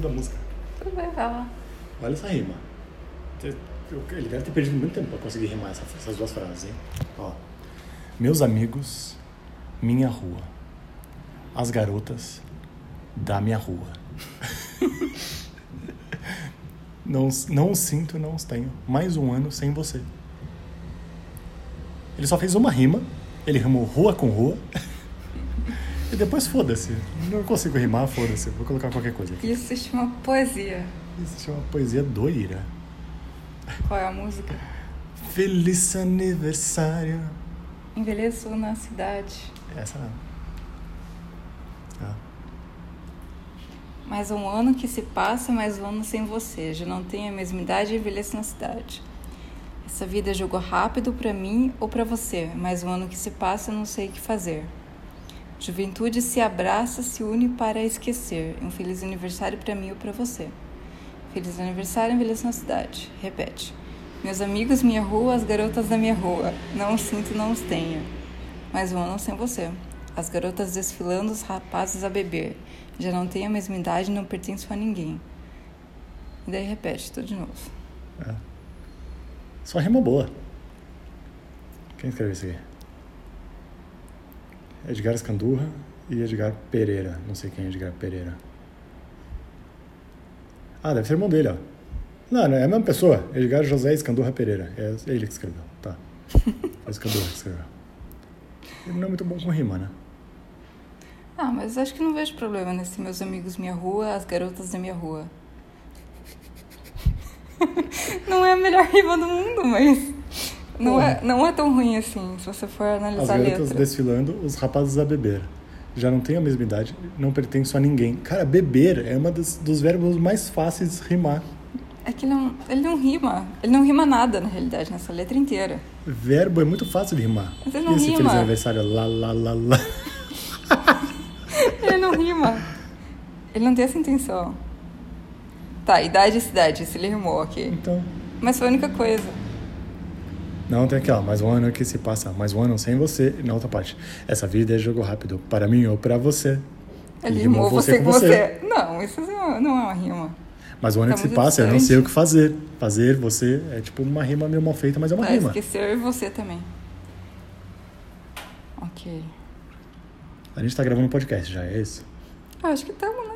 da música. Como é que fala? Olha essa rima. Te- eu- Ele deve ter perdido muito tempo pra conseguir rimar essa- essas duas frases, hein? Ó. Meus amigos, minha rua. As garotas da minha rua. não, s- não os sinto, não os tenho. Mais um ano sem você. Ele só fez uma rima. Ele rimou rua com rua. e depois foda-se. Não consigo rimar, foda-se. Vou colocar qualquer coisa aqui. Isso se chama poesia. Isso se chama poesia do Ira. Qual é a música? Feliz aniversário. Envelheço na cidade. Essa não. Ah, Mais um ano que se passa, mais um ano sem você. Já não tenho a mesma idade e envelheço na cidade. Essa vida jogou rápido pra mim ou pra você. Mais um ano que se passa, eu não sei o que fazer. Juventude se abraça, se une para esquecer. Um feliz aniversário pra mim ou pra você. Feliz aniversário, envelheço na cidade. Repete. Meus amigos, minha rua, as garotas da minha rua. Não os sinto, não os tenho. Mais um ano sem você. As garotas desfilando, os rapazes a beber. Já não tenho a mesma idade, não pertenço a ninguém. E daí repete tudo de novo. só rima boa. Quem escreveu isso aqui? Edgar Escandurra e Edgar Pereira. Não sei quem é Edgar Pereira. Ah, deve ser irmão dele, ó. Não, não é a mesma pessoa. Edgar José Escandurra Pereira. É ele que escreveu, tá. É o Escandurra que escreveu. Ele não é muito bom com rima, né? Ah, mas acho que não vejo problema nesse meus amigos minha rua, as garotas da minha rua. não é a melhor rima do mundo, mas não é, não é tão ruim assim, se você for As analisar a garotas letra. desfilando, os rapazes a beber. Já não tenho a mesma idade, não pertenço a ninguém. Cara, beber é um dos verbos mais fáceis de rimar. É que não, ele não rima, ele não rima nada na realidade nessa letra inteira. Verbo é muito fácil de rimar. Mas ele não e esse feliz rima. aniversário, lá, lá, lá, lá. Ele não rima. Ele não tem essa intenção. Tá, idade e cidade, se ele rimou, ok. Então, Mas foi a única coisa. não, tem aqui, ó. Mais um ano que se passa, mais um ano sem você. E na outra parte, essa vida é jogo rápido, para mim ou para você. Ele E rimou você com você. Não, isso não não é uma rima. Mais um ano Tá que se muito passa, eu não distante. sei o que fazer. Fazer, você, é tipo uma rima meio mal feita, mas é uma Tá, rima. esqueceu e você também. Ok. A gente tá gravando um podcast já, é isso? Ah, acho que estamos, né?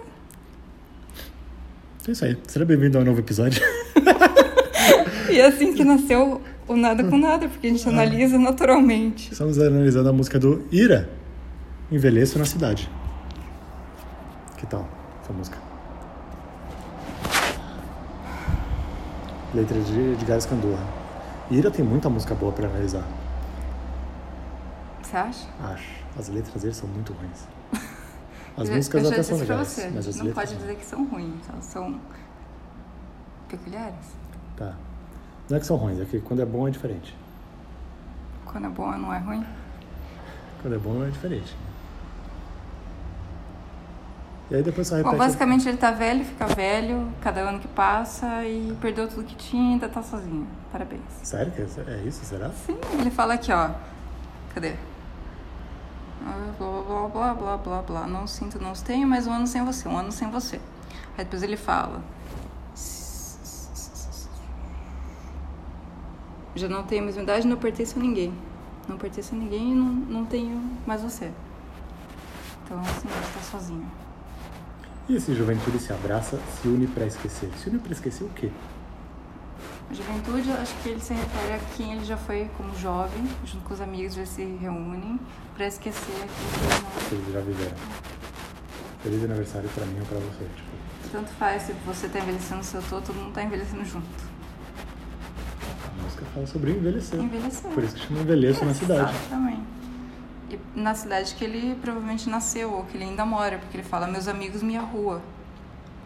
Então É isso aí. Seja bem-vindo a um novo episódio. E é assim que nasceu o Nada com Nada, porque a gente analisa naturalmente. Estamos analisando a música do Ira, Envelheço na Cidade. Que tal essa música? Letra de Edgar Escandurra. Ira tem muita música boa pra analisar. Você acha? Acho. As letras dele são muito ruins. As Eu- músicas eu já até são disse pra legais, você, mas as não letras pode dizer que são ruins, elas são peculiares. Tá. Não é que são ruins, é que quando é bom é diferente. Quando é boa, não é ruim. Quando é bom é diferente. E aí depois só repete. Bom, basicamente ele tá velho, fica velho, cada ano que passa e perdeu tudo que tinha e ainda tá sozinho. Parabéns. Sério que é é isso? Será? Sim, ele fala aqui, ó. Cadê? Ah, Blá blá blá blá blá blá blá. Não sinto, não os tenho, mas um ano sem você, um ano sem você. Aí depois ele fala. Já não tenho a mesma idade, não pertenço a ninguém. Não pertenço a ninguém e não, não tenho mais você. Então assim, ele tá sozinho. E esse juventude se abraça, se une pra esquecer. Se une pra esquecer o quê? Juventude, eu acho que ele se refere a quem ele já foi como jovem, junto com os amigos já se reúnem, pra esquecer aquilo que Que eles já viveram. Feliz aniversário pra mim ou pra você. Tipo, não- tanto faz se você tá envelhecendo se eu tô, todo mundo tá envelhecendo junto. a música fala sobre envelhecer. Envelhecer. Por isso que chama envelheço na cidade. Exatamente. E na cidade que ele provavelmente nasceu, ou que ele ainda mora, porque ele fala, meus amigos, minha rua.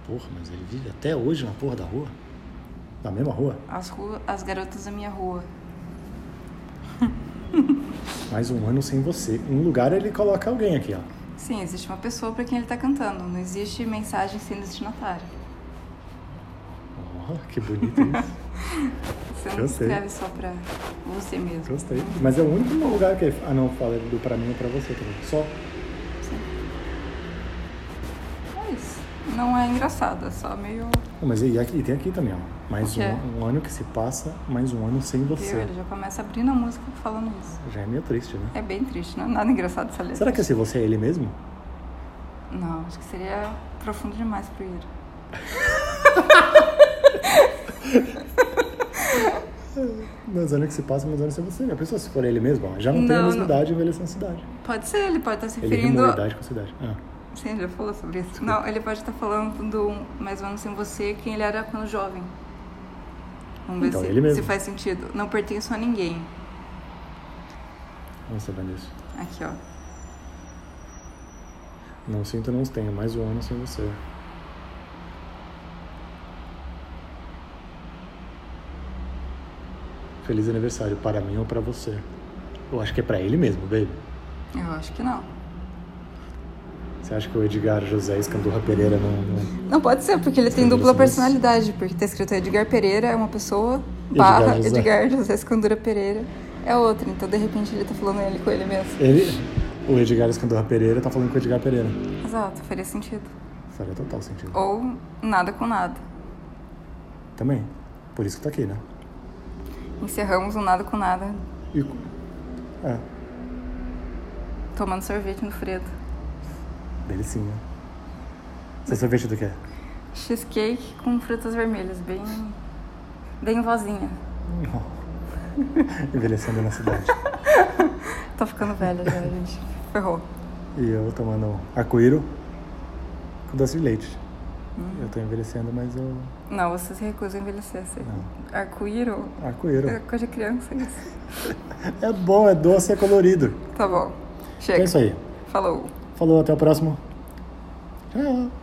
Porra, mas ele vive até hoje na porra da rua? Na mesma rua? As, ruas, as garotas da minha rua. Mais um ano sem você. Em um lugar ele coloca alguém aqui, ó. Sim, existe uma pessoa pra quem ele tá cantando. Não existe mensagem sem destinatário. Ó, que bonito isso. Você não Eu sei. escreve só pra você mesmo. Gostei. Mas é o único lugar que ele... Ah, não, fala do pra mim ou pra você também. Só. É isso. não é engraçado, é só meio. Não, Mas e, aqui- e tem aqui também, ó. Mais O quê? um, um ano que se passa, mais um ano sem você. Viu? Ele já começa abrindo a música falando isso. Já é meio triste, né? É bem triste, não é nada engraçado essa letra. Será que esse você é ele mesmo? Não, acho que seria profundo demais pro Iro. Mais ano que se passa, mais ano sem você. A pessoa, se for ele mesmo, ó, já não, tem a Não, mesma não. idade, envelheceu na cidade. Pode ser, ele pode estar se Ele rimou referindo. a idade com a cidade. Ah, Sim, ele já falou sobre isso. Não, ele pode estar falando do Mais um Ano Sem Você, quem ele era quando jovem. Vamos ver Então, se, ele mesmo. se faz sentido. Não pertenço a ninguém. vamos saber disso. Aqui, ó. Não sinto, não tenho mais um ano sem você. Feliz aniversário para mim ou para você. Eu acho que é para ele mesmo, baby. Eu acho que não. Você acha que o Edgar José Escandurra Pereira não. não- Não pode ser, porque ele tem dupla Escandura personalidade, porque tá escrito Edgar Pereira é uma pessoa, Edgar barra José. Edgar José Escandura Pereira é outra. Então, de repente, ele tá falando ele com ele mesmo. Ele. O Edgar Escandurra Pereira tá falando com o Edgar Pereira. Exato, faria sentido. Faria total sentido. Ou nada com nada. Oh. Também. Por isso que tá aqui, né? Encerramos o nada com nada, E. É, tomando sorvete no Fredo. delicinha. Seu sorvete do quê? Cheesecake com frutas vermelhas, bem. bem vozinha. Envelhecendo na cidade. Tô ficando velha já, gente. Ferrou. E eu tomando arco-íro com doce de leite. Eu tô envelhecendo, mas eu. Não, você se recusa a envelhecer. Você... Não. Arco-íro? Arco-íro. É coisa de criança isso. É bom, é doce, é colorido. Tá bom. É Chega. isso aí. Falou. Falou, até o próximo. Tchau.